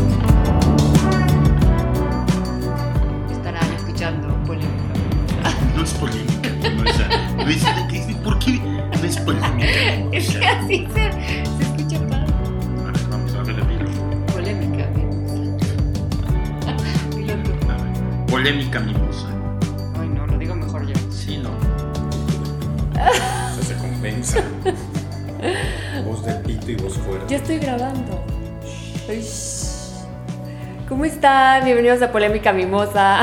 Es que así se, se escucha padre. Vale, vamos a ver el hilo. Polémica, ¿eh? Piloto. A ver. Polémica mimosa. Ay, no, lo digo mejor yo. Sí, no. Eso se compensa. voz de pito y voz fuerte. Ya estoy grabando. Ay, shh. ¿Cómo están? Bienvenidos a Polémica Mimosa.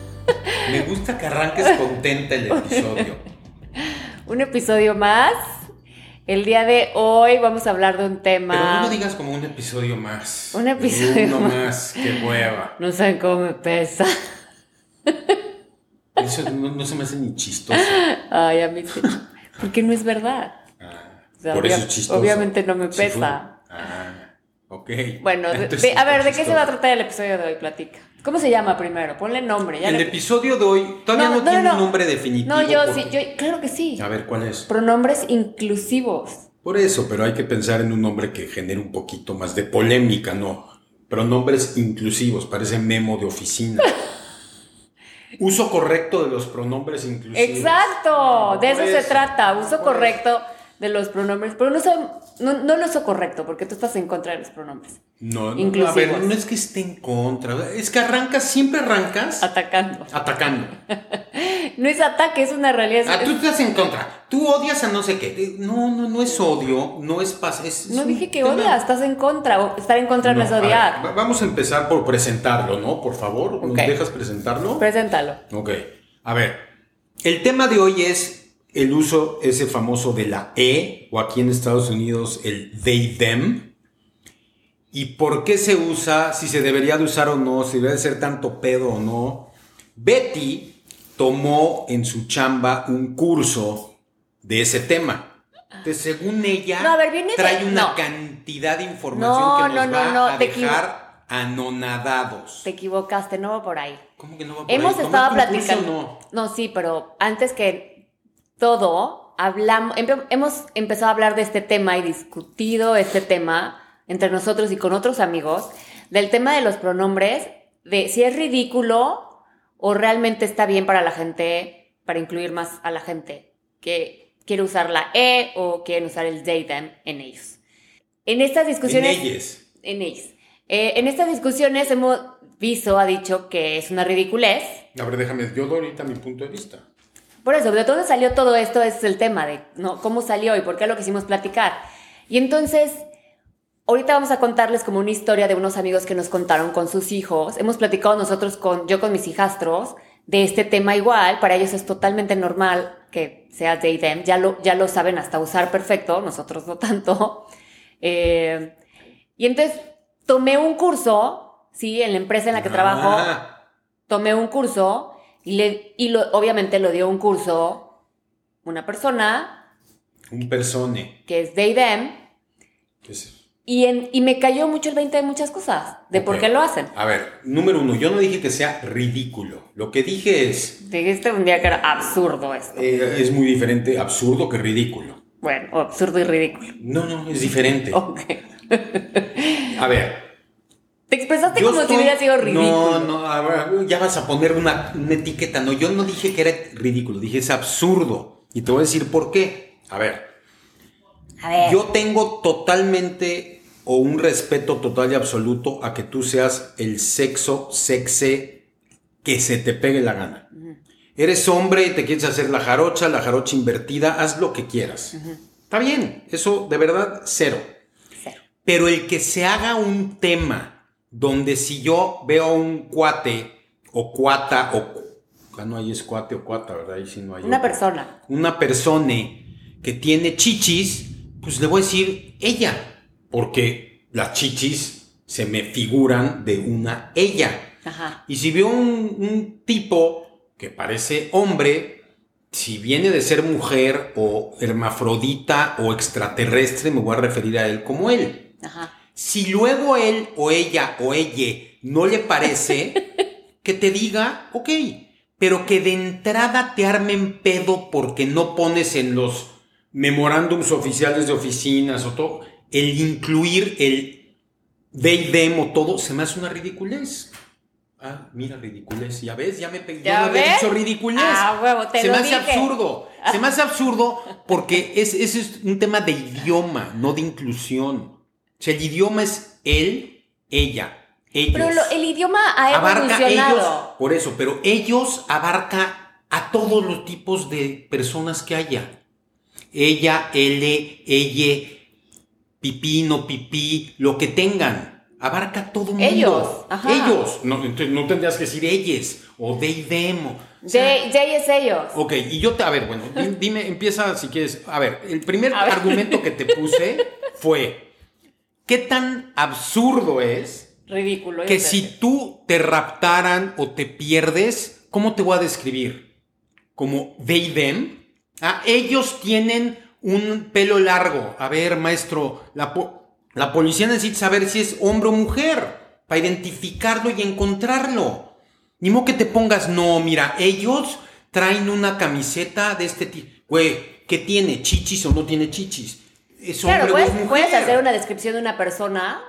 Me gusta que arranques contenta el episodio. Un episodio más. El día de hoy vamos a hablar de un Pero no tema. lo digas como un episodio más. Un episodio Uno más. más, qué hueva. No saben cómo me pesa. Eso no, no se me hace ni chistoso. Ay, a mí sí. Porque no es verdad. Ah, O sea, por eso obvia- es chistoso. obviamente no me Sí, fue- pesa. Ah, ok. Bueno, de- Entonces de- sí a fue ver, ¿de qué se chistoso. va a tratar el episodio de hoy? Platica. ¿Cómo se llama primero? Ponle nombre. ya El le- episodio de hoy todavía no, tiene un nombre definitivo. No, yo porque- sí, yo, claro que sí. A ver, ¿cuál es? Pronombres inclusivos. Por eso, pero hay que pensar en un nombre que genere un poquito más de polémica, ¿no? Pronombres inclusivos, parece memo de oficina. Uso correcto de los pronombres inclusivos. Exacto, de eso Por se trata, Por uso eso. correcto de los pronombres, pero no, son- no, no el uso correcto, porque tú estás en contra de los pronombres, No, no, Inclusivos. a ver, no es que esté en contra, es que arrancas, siempre arrancas atacando. atacando. No es ataque, es una realidad. es- Ah, tú estás en contra, tú odias a no sé qué. Eh, No, no, no es odio, no es paz. es- es no un dije que tema- odias, estás en contra, o estar en contra no, No, es a ver, odiar. va- vamos a empezar por presentarlo, ¿no? Por favor, ¿nos Ok. Pues dejas presentarlo? Preséntalo. Ok, a ver, el tema de hoy es el uso ese famoso de la E, o aquí en Estados Unidos el they, them, y por qué se usa, si se debería de usar o no, si debe de ser tanto pedo o no. Betty tomó en su chamba un curso de ese tema. Entonces, según ella, No, a ver, viene de- trae una no. cantidad de información No, que no, nos no, va no, a te equivo- dejar anonadados. Te equivocaste, no va por ahí. ¿Cómo que no va por Hemos ahí? estado ¿Tomaste un curso platicando. o no? No, sí, pero antes que todo, hablamos, empe- hemos empezado a hablar de este tema y discutido este tema entre nosotros y con otros amigos, del tema de los pronombres, de si es ridículo o realmente está bien para la gente, para incluir más a la gente que quiere usar la E o quieren usar el they, them en ellos. En estas discusiones En ellas. en ellos. Eh, en estas discusiones hemos visto, ha dicho que es una ridiculez. A ver, déjame, yo doy ahorita mi punto de vista. Por eso, de dónde salió todo esto es el tema de ¿no? cómo salió y por qué lo quisimos platicar. Y entonces, ahorita vamos a contarles como una historia de unos amigos que nos contaron con sus hijos. Hemos platicado nosotros con, yo con mis hijastros, de este tema igual. Para ellos es totalmente normal que sea they, them. Ya lo, ya lo saben hasta usar perfecto, nosotros no tanto. Eh, y entonces tomé un curso, sí, en la empresa en la que trabajo Ah, tomé un curso y, le, y lo- obviamente lo dio un curso una persona un persone. que es they them ¿Qué es? E y, en, y me cayó mucho el 20 de muchas cosas, de por Ok. qué lo hacen. A ver, número uno, yo no dije que sea ridículo. Lo que dije es, Dijiste un día que era absurdo esto. eh, es muy diferente absurdo que ridículo. Bueno, o absurdo y ridículo. No, no, es diferente. Ok. A ver. Te expresaste yo como si estoy- hubiera sido ridículo. No, no, a ver, ya vas a poner una, una etiqueta. No, yo no dije que era ridículo, dije es absurdo. Y te voy a decir por qué. A ver, A ver, Yo tengo totalmente o un respeto total y absoluto a que tú seas el sexo, sexe que se te pegue la gana. Eres hombre y te quieres hacer la jarocha, la jarocha invertida, haz lo que quieras. Está bien, eso de verdad, cero. Cero. Pero el que se haga un tema donde si yo veo a un cuate o cuata o... cu- Ah, no, ahí es cuate o cuata, ¿verdad? Ahí sí no hay una otro persona. una persona que tiene chichis, pues le voy a decir ella, porque las chichis se me figuran de una ella. Ajá. Y si veo un, un tipo que parece hombre, si viene de ser mujer o hermafrodita o extraterrestre, me voy a referir a él como él. Ajá. Si luego él o ella o ella no le parece, que te diga, ok, pero que de entrada te armen pedo porque no pones en los memorándums oficiales de oficinas o todo, el incluir el they, them o todo, se me hace una ridiculez. Ah, mira, ridiculez. Ya ves, ya me pegué. ¿Ya yo no había ves? dicho ridiculez. Ah, huevo, te Se lo me hace dije. absurdo. Se me hace absurdo porque es, ese es un tema de idioma, no de inclusión. O sea, el idioma es él, ella, ellos. Pero lo- el idioma ha abarca ellos. evolucionado. Por eso, pero ellos abarca a todos los tipos de personas que haya. Ella, él, ella, pipí, no pipí, lo que tengan. Abarca todo el mundo. Ellos, ajá. Ellos. No, entonces no tendrías que decir ellas o they, them. o- o sea, Jay, Jay es ellos. Ok, y yo te, a ver, bueno, di- dime, empieza si quieres. A ver, el primer A ver. argumento que te puse fue, ¿qué tan absurdo es Ridículo. que yo sé. si tú te raptaran o te pierdes, ¿cómo te voy a describir? ¿Como they, them? Ah, ellos tienen un pelo largo. A ver, maestro, la, po- la policía necesita saber si es hombre o mujer para identificarlo y encontrarlo. Ni modo que te pongas, no, mira, ellos traen una camiseta de este tipo. Güey, ¿qué tiene? ¿Chichis o no tiene chichis? ¿Es Claro, hombre o es puedes, mujer? puedes hacer una descripción de una persona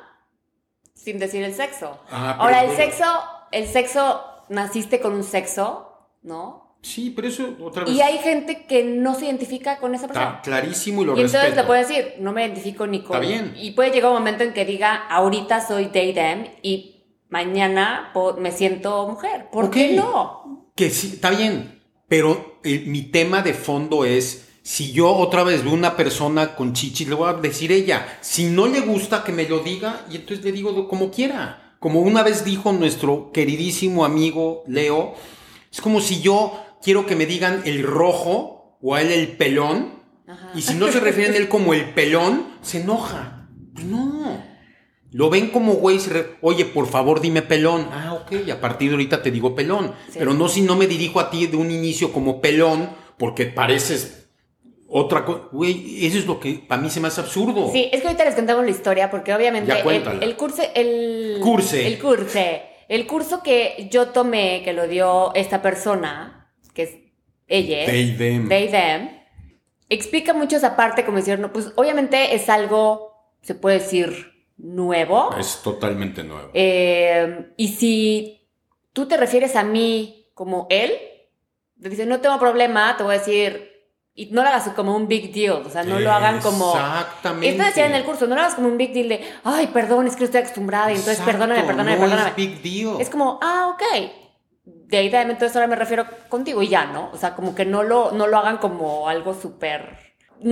sin decir el sexo. Ah, pero Ahora, el bueno. sexo, el sexo, naciste con un sexo, ¿no? Sí, pero eso otra vez Y hay gente que no se identifica con esa persona. está clarísimo y lo Y entonces respeto. le puedes decir, no me identifico ni con... Está bien. Y puede llegar un momento en que diga, ahorita soy they, them, y mañana po- me siento mujer. ¿Por Ok. qué no? Que sí, está bien, pero eh, mi tema de fondo es, si yo otra vez veo una persona con chichis, le voy a decir ella, si no le gusta que me lo diga, y entonces le digo lo- como quiera. Como una vez dijo nuestro queridísimo amigo Leo, es como si yo quiero que me digan el rojo o a él el pelón, Ajá. y si no se refieren a él como el pelón, se enoja. No. Lo ven como güey, se re- oye, por favor dime pelón. Ah, ok, y a partir de ahorita te digo pelón. Sí. Pero no si no me dirijo a ti de un inicio como pelón, porque pareces otra cosa. Güey, eso es lo que para mí se me hace absurdo. Sí, es que ahorita les contamos la historia porque obviamente Ya el, cuéntala. el curso, el Curse. el curse, el curso que yo tomé, que lo dio esta persona, que es ella, They, them. they, them, explica mucho esa parte como decir, no, pues obviamente es algo, se puede decir, nuevo. Es totalmente nuevo. Eh, y si tú te refieres a mí como él, te dice, no tengo problema, te voy a decir, y no lo hagas como un big deal, o sea, no lo hagan como... Exactamente. Esto decía en el curso, no lo hagas como un big deal de, ay, perdón, es que estoy acostumbrada, y entonces Exacto, perdóname, perdóname, no perdóname. Es big deal. Es como, ah, ok. De ahí de ahí, entonces ahora me refiero contigo y ya, ¿no? O sea, como que no lo, no lo hagan como algo súper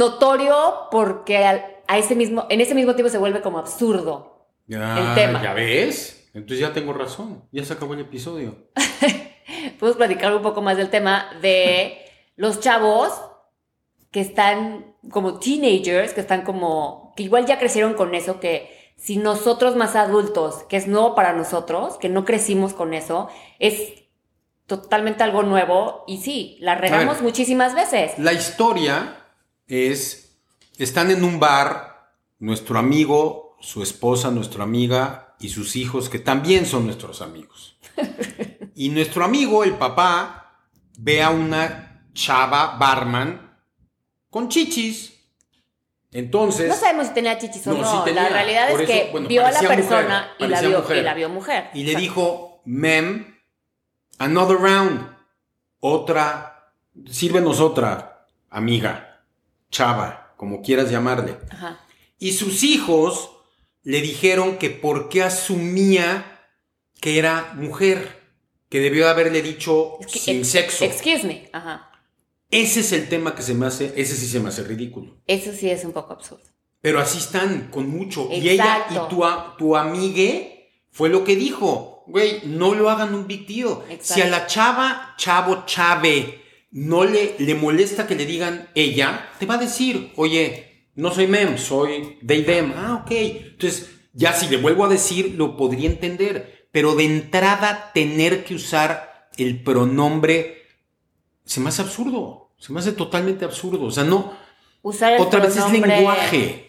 notorio porque al- a ese mismo, en ese mismo tiempo se vuelve como absurdo. Ya, el tema. ¿Ya ves? Entonces ya tengo razón. Ya se acabó el episodio. Podemos platicar un poco más del tema de los chavos que están como teenagers, que están como, que igual ya crecieron con eso, que si nosotros más adultos, que es nuevo para nosotros, que no crecimos con eso, es totalmente algo nuevo y sí, la regamos ver. muchísimas veces. La historia es, están en un bar, nuestro amigo, su esposa, nuestra amiga y sus hijos, que también son nuestros amigos. Y nuestro amigo, el papá, ve a una chava barman con chichis. Entonces, No sabemos si tenía chichis o No, no. sí tenía. La realidad Por es eso, que bueno, vio a la parecía mujer, persona y, la parecía vio, mujer. y la vio mujer. y le dijo, mem, another round, otra, sírvenos otra, amiga, chava, como quieras llamarle. Ajá. Y sus hijos le dijeron que por qué asumía que era mujer, que debió haberle dicho Es que- sin ex- sexo. Excuse me. Ajá. Ese es el tema que se me hace, ese sí se me hace ridículo. Eso sí es un poco absurdo. Pero así están, con mucho. Y ella Exacto. y tu, a- tu amigue fue lo que dijo. Güey, no lo hagan un big deal. Exacto. Si a la chava, chavo, chave, no le, le molesta que le digan ella, te va a decir, oye, no soy mem, soy they, them. Ah, ok. Entonces, ya si le vuelvo a decir, lo podría entender. Pero de entrada, tener que usar el pronombre se me hace absurdo. Se me hace totalmente absurdo. O sea, no, Usar el otra vez es pronombre- lenguaje.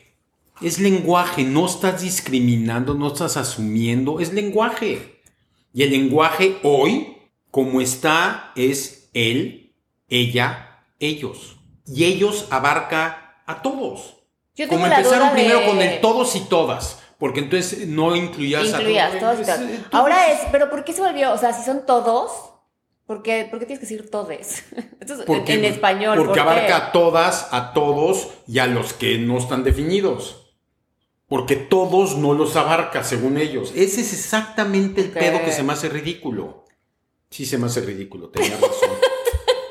Es lenguaje, no estás discriminando, no estás asumiendo, es lenguaje. Y el lenguaje hoy, como está, es él, ella, ellos. Y ellos abarca a todos. Yo tengo como la empezaron duda primero de- con el todos y todas. Porque entonces no incluías Incluías a todos. Es- claro. eh, tú- Ahora es, pero ¿por qué se volvió? O sea, si son todos, ¿por qué, por qué tienes que decir todes? Esto es porque- en español. Porque ¿por qué? abarca a todas, a todos y a los que no están definidos. Porque todos no los abarca, según ellos. Ese es exactamente el Ok. pedo que se me hace ridículo. Sí, se me hace ridículo, tenía razón.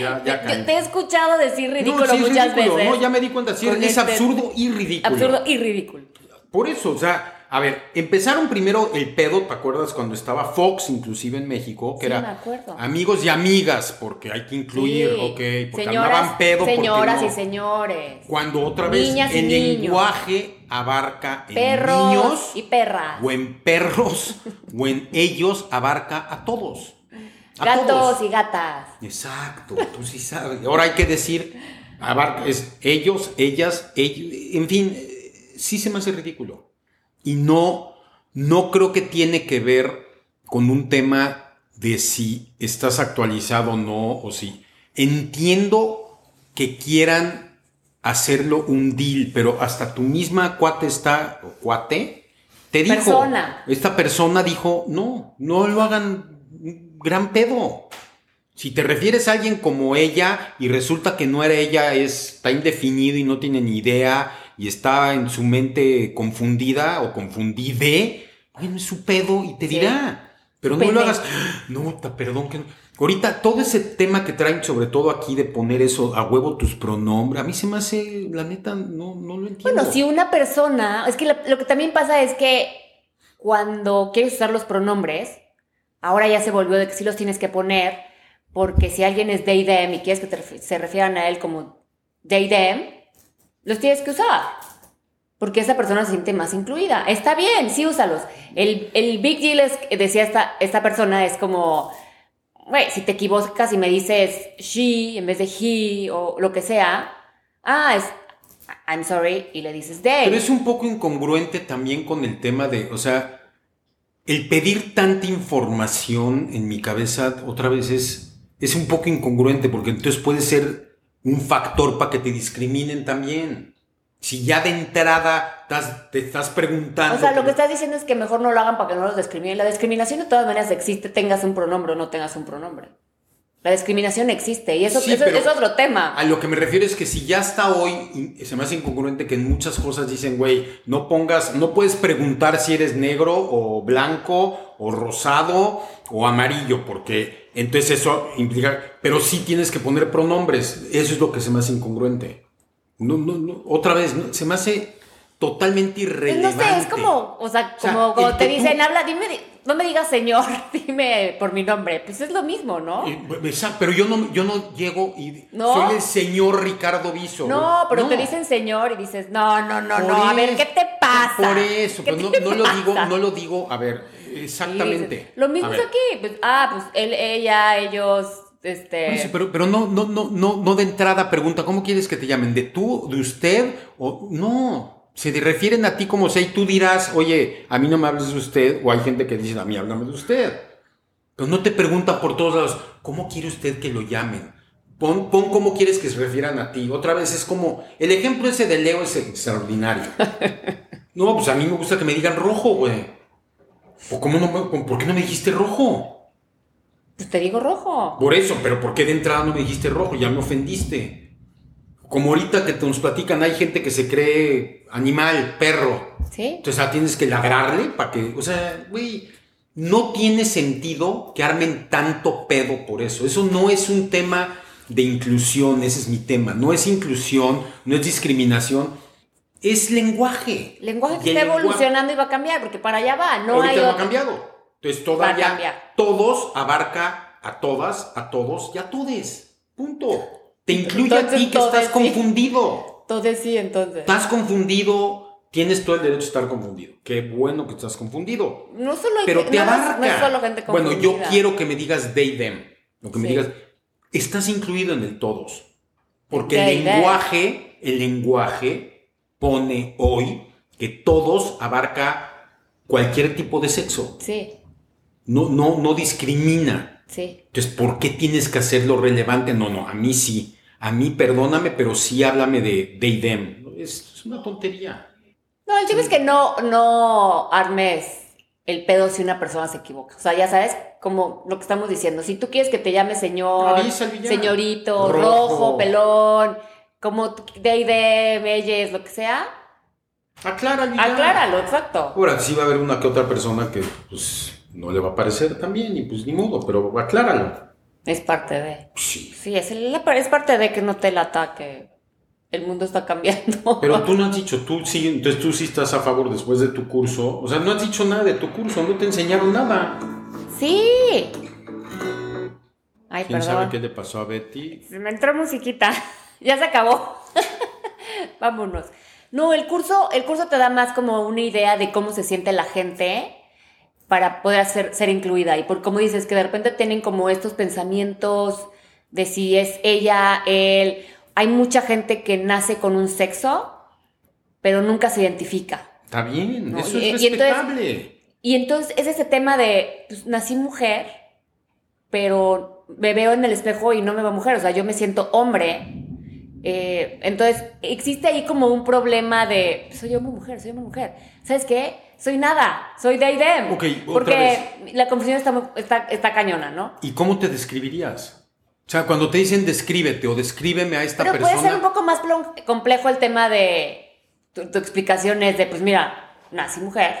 ya, ya Yo caí. te he escuchado decir ridículo No, sí, es muchas ridículo, veces. No, ya me di cuenta. sí, Con es este- absurdo y ridículo. Absurdo y ridículo. Por eso, o sea, a ver, empezaron primero el pedo, ¿te acuerdas cuando estaba Fox, inclusive en México? Que Sí, era me acuerdo. amigos y amigas, porque hay que incluir, Sí. ok, porque Señoras- armaban pedo. porque Señoras no. y señores. Cuando otra vez Niñas y el niños. lenguaje abarca en Perros niños, y perras. o en perros, o en ellos, abarca a todos. A gatos todos. y gatas. Exacto, tú sí sabes. Ahora hay que decir, abarca, es ellos, ellas, ell- en fin, eh, sí se me hace ridículo. Y no, no creo que tiene que ver con un tema de si estás actualizado o no, o si. Entiendo que quieran hacerlo un deal, pero hasta tu misma cuate está, o cuate, te dijo. Persona. Esta persona dijo, no, no lo hagan gran pedo. Si te refieres a alguien como ella y resulta que no era ella, es- está indefinido y no tiene ni idea y está en su mente confundida o confundide, bueno, es su pedo y te Sí. dirá. Pero no Pene. lo hagas. No, ta- perdón que no. Ahorita todo ese tema que traen, sobre todo aquí, de poner eso a huevo tus pronombres, a mí se me hace, la neta, no, no lo entiendo. Bueno, si una persona, es que la- lo que también pasa es que cuando quieres usar los pronombres, ahora ya se volvió de que sí los tienes que poner, porque si alguien es they, them y quieres que te ref- se refieran a él como they, them, los tienes que usar, porque esa persona se siente más incluida. Está bien, sí úsalos. El, el big deal es, decía esta, esta persona, es como, güey, si te equivocas y me dices she en vez de he o lo que sea, ah, es I'm sorry y le dices they. Pero es un poco incongruente también con el tema de, o sea, el pedir tanta información en mi cabeza otra vez es, es un poco incongruente porque entonces puede ser un factor para que te discriminen también. Si ya de entrada estás- te estás preguntando. O sea, lo que estás diciendo es que mejor no lo hagan para que no los discriminen. La discriminación de todas maneras existe, tengas un pronombre o no tengas un pronombre. La discriminación existe y eso, Sí, eso- pero- es otro tema. A lo que me refiero es que si ya está hoy, y se me hace incongruente que en muchas cosas dicen, güey, no pongas, no puedes preguntar si eres negro o blanco o rosado o amarillo, porque entonces eso implica, pero sí tienes que poner pronombres. Eso es lo que se me hace incongruente. No, no, no, otra vez, no, se me hace totalmente Pues irrelevante. no sé, es como, o sea, O sea, como el cuando te que tú- dicen, habla, dime, di- no me digas señor, dime por mi nombre. Pues es lo mismo, ¿no? Eh, esa- Pero yo no, yo no llego y ¿No? soy el señor Ricardo Viso. No, pero te No. dicen señor y dices, no, no, no, Por no, a ver, eso, ¿qué te pasa? Por eso, ¿Qué pero no, te no lo digo, pasa? no lo digo, a ver, Y dices, exactamente. Lo mismo A es ver. aquí, pues, ah, pues él, ella, ellos, Por este... eso, pero, pero no, no, no, no, no de entrada pregunta, ¿cómo quieres que te llamen? ¿De tú, de usted? O, no, se te refieren a ti como sea y tú dirás, oye, a mí no me hables de usted, o hay gente que dice, a mí háblame de usted. Pero no te pregunta por todos lados, ¿cómo quiere usted que lo llamen? Pon, pon cómo quieres que se refieran a ti. Otra vez es como, el ejemplo ese de Leo es extraordinario. No, pues a mí me gusta que me digan rojo, güey. ¿O cómo no me- ¿Por qué no me dijiste rojo? Pues te digo rojo. Por eso, pero ¿por qué de entrada no me dijiste rojo? Ya me ofendiste. Como ahorita que te nos platican, hay gente que se cree animal, perro. ¿Sí? Entonces ah, tienes que ladrarle para que. O sea, güey, no tiene sentido que armen tanto pedo por eso. Eso no es un tema de inclusión, ese es mi tema. No es inclusión, no es discriminación, es lenguaje. lenguaje que Y el está lenguaje- evolucionando y va a cambiar, porque para allá va, no Ahorita hay no ha otro. cambiado. Entonces Va a todavía cambiar. todos abarca a todas, a todos y a todes. Punto. Te incluye a Entonces, ti que estás todes, sí. confundido. Entonces sí, entonces. Estás confundido, tienes todo el derecho a estar confundido. Qué bueno que estás confundido. No solo hay Pero que- te no, no es- abarca. No es solo gente bueno, confundida. yo quiero que me digas they, them. O que me Sí. digas, estás incluido en el todos. Porque They, el them. lenguaje, el lenguaje pone hoy que todos abarca cualquier tipo de sexo Sí, no, no, no discrimina. sí. Entonces, ¿por qué tienes que hacerlo relevante? No, no, a mí sí. A mí perdóname, pero sí háblame de they, them. Es, es una tontería. No, el tema es que no, no armes el pedo si una persona se equivoca. O sea, ya sabes, como lo que estamos diciendo. Si tú quieres que te llame señor, No, dice el villano. señorito, rojo. Rojo. pelón, como tú- D&D, Meyes, lo que sea, Aclara el villano. acláralo, exacto. Ahora, sí va a haber una que otra persona que pues no le va a parecer también y pues ni modo, pero acláralo. Es parte de. Sí. Sí, es, el- es parte de que no te la ataque. El mundo está cambiando. Pero tú no has dicho, tú sí, entonces tú sí estás a favor después de tu curso. O sea, no has dicho nada de tu curso, no te enseñaron nada. Sí. Ay, ¿Quién perdón. sabe qué le pasó a Betty? Se me entró musiquita. Ya se acabó. Vámonos. No, el curso, el curso te da más como una idea de cómo se siente la gente para poder hacer- ser incluida. Y por como dices, que de repente tienen como estos pensamientos de si es ella, él. Hay mucha gente que nace con un sexo, pero nunca se identifica. Está bien, No, eso y- es y entonces- respetable. Y entonces es ese tema de, pues, nací mujer, pero me veo en el espejo y no me veo mujer, o sea, yo me siento hombre. Eh, entonces existe ahí como un problema de, soy hombre o mujer, soy hombre o mujer. ¿Sabes qué? Soy nada, soy de idem. Ok, otra Porque vez. la confusión está, muy- está, está cañona, ¿no? ¿Y cómo te describirías? O sea, cuando te dicen descríbete o descríbeme a esta Pero persona. puede ser un poco más plon- complejo el tema de tu, tu explicación es de, pues mira, nací mujer,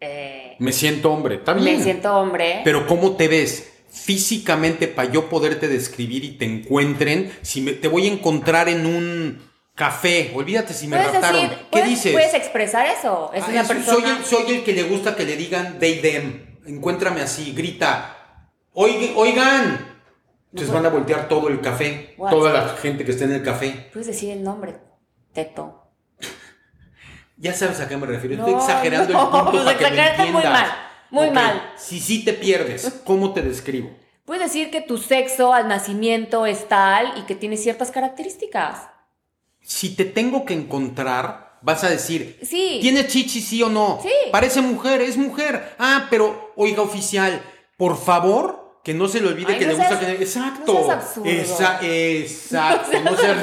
eh, Me siento hombre, está bien. me siento hombre. Pero ¿cómo te ves físicamente para yo poderte describir y te encuentren? Si me- te voy a encontrar en un café, olvídate si me Puedes rataron. decir- ¿Qué puedes- dices? Puedes expresar eso. Es Ah, una eso, persona. soy, el, soy el que le gusta que le digan they, them. Encuéntrame así, grita. "Oig- Oigan. Entonces van a voltear todo el café, What? toda la gente que está en el café. Puedes decir el nombre. Teto. Ya sabes a qué me refiero. No, Estoy exagerando no, el punto pues para que me exageraste muy entiendas. mal, muy Ok, mal. Si sí te pierdes, ¿cómo te describo? Puedes decir que tu sexo al nacimiento es tal y que tiene ciertas características. Si te tengo que encontrar, vas a decir, Sí. ¿tiene chichi sí o no? Sí. Parece mujer, es mujer. Ah, pero oiga oficial, por favor, que no se le olvide Ay, que no le gusta seas- que exacto. no seas absurdo. Esa- exacto, no seas,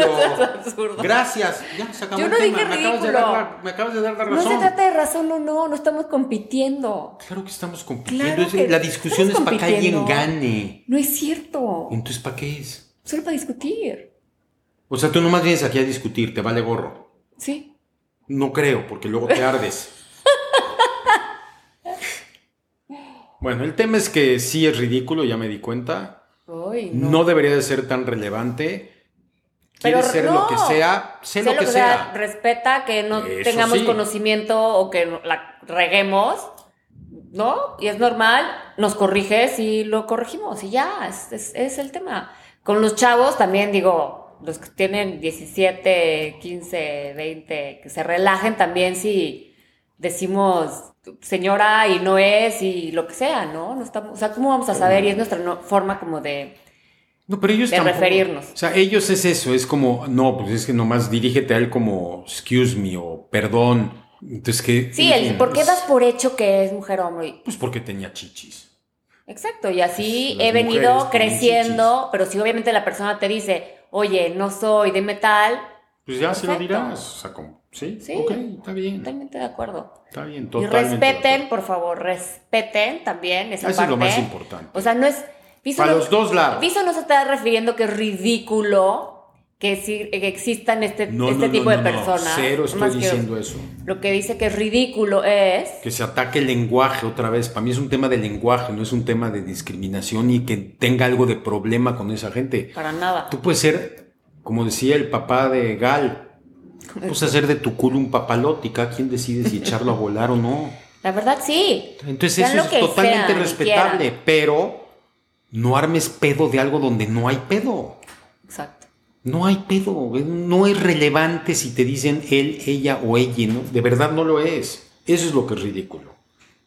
No seas absurdo. Gracias. Ya se acabó Yo el no tema. dije me acabas de ridículo. dar la, me acabas de dar la No razón. se trata de razón o no, no estamos compitiendo. Claro que estamos compitiendo. Claro es- que la discusión es estamos para que alguien compitiendo. gane. No es cierto. Entonces, ¿para qué es? Solo para discutir. O sea, tú nomás vienes aquí a discutir, te vale gorro. Sí. No creo, porque luego te ardes. bueno, el tema es que sí es ridículo, ya me di cuenta. Ay, No, no. debería de ser tan relevante. Quieres Pero ser no. lo que sea, sé, lo que, sea. Respeta que no Eso tengamos sí. conocimiento o que no- la reguemos, ¿no? Y es normal, nos corriges y lo corregimos y ya, es, es- es el tema. Con los chavos también digo, los que tienen 17, 15, 20, que se relajen también si decimos señora y no es y lo que sea, ¿no? no estamos, o sea, ¿cómo vamos a saber? Y es nuestra no- forma como de... No, pero ellos De tampoco- referirnos. O sea, ellos es eso, es como, no, pues es que nomás dirígete a él como, excuse me o perdón. Entonces, que Sí, el, ¿por qué das por hecho que es mujer o hombre? Pues porque tenía chichis. Exacto, y así Las he venido mujeres tienen creciendo, pero si obviamente la persona te dice, oye, no soy de metal, Pues ya se lo Exacto. dirás. O sea, como, sí, Sí. ok, está bien. totalmente de acuerdo. Está bien, Y totalmente. de respeten, acuerdo. por favor, respeten también esa Eso es lo parte. ¿eh? Pues, más importante. O sea, no es... Viso Para no- los dos lados. Viso no se está refiriendo que es ridículo que, si- que existan este, No, este no, tipo no, de no, no. personas. Cero estoy Más que- diciendo eso. Lo que dice que es ridículo es... Que se ataque el lenguaje otra vez. Para mí es un tema de lenguaje, no es un tema de discriminación y que tenga algo de problema con esa gente. Para nada. Tú puedes ser, como decía el papá de Gal, puedes hacer de tu culo un papalote y cada quien decide si echarlo a volar o no. La verdad sí. Entonces Sean eso lo es que totalmente sean y respetable, quieran. pero no armes pedo de algo donde no hay pedo. Exacto. No hay pedo, no es relevante si te dicen él, ella o ella, ¿no? De verdad no lo es. Eso es lo que es ridículo.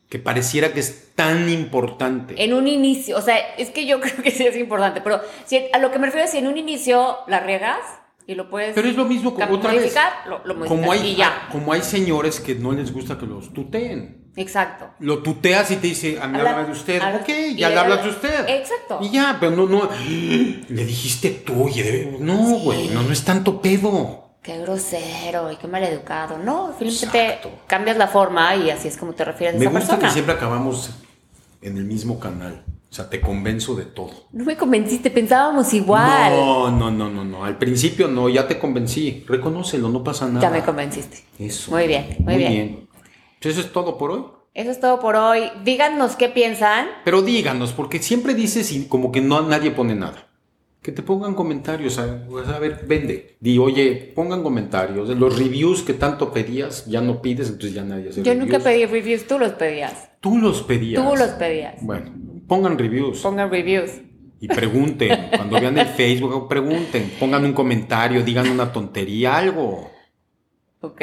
Que pareciera que es tan importante. En un inicio, o sea, es que yo creo que sí es importante, pero si, a lo que me refiero es si en un inicio la riegas y lo puedes Pero es lo mismo cam- como otra vez. modificar, lo, lo modificas Como hay, y ya. como hay señores que no les gusta que los tuteen. Exacto. Lo tuteas y te dice, a mí Habla- háblame de usted. habla- ok, y ya le le hablas habla- de usted. Exacto. Y ya, pero no, no. Le dijiste tú, oye, No, güey, no, no es tanto pedo. qué grosero y qué maleducado. No, simplemente Exacto. cambias la forma y así es como te refieres a Me esa gusta persona. que siempre acabamos en el mismo canal. O sea, te convenzo de todo. No me convenciste, pensábamos igual. No, no, no, no, no. Al principio no, ya te convencí. Reconócelo, no pasa nada. Ya me convenciste. Eso. Muy bien, muy bien. Pues eso es todo por hoy. Eso es todo por hoy. Díganos qué piensan. Pero díganos, porque siempre dices y como que no nadie pone nada. Que te pongan comentarios, a, pues, a ver, vende. Di, oye, pongan comentarios. Los reviews que tanto pedías, ya no pides, entonces ya nadie hace Yo nunca reviews. pedí reviews, tú los pedías. Tú los pedías. Tú los pedías. Bueno, pongan reviews Pongan reviews. y pregunten. Cuando vean el Facebook, pregunten. Pongan un comentario, digan una tontería, algo. Ok.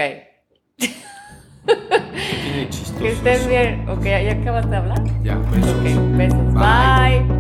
¿Qué tiene de chistoso Que estés eso? bien. Ok, ¿ya acabas de hablar? Ya, besos. Ok, besos. Bye. Bye.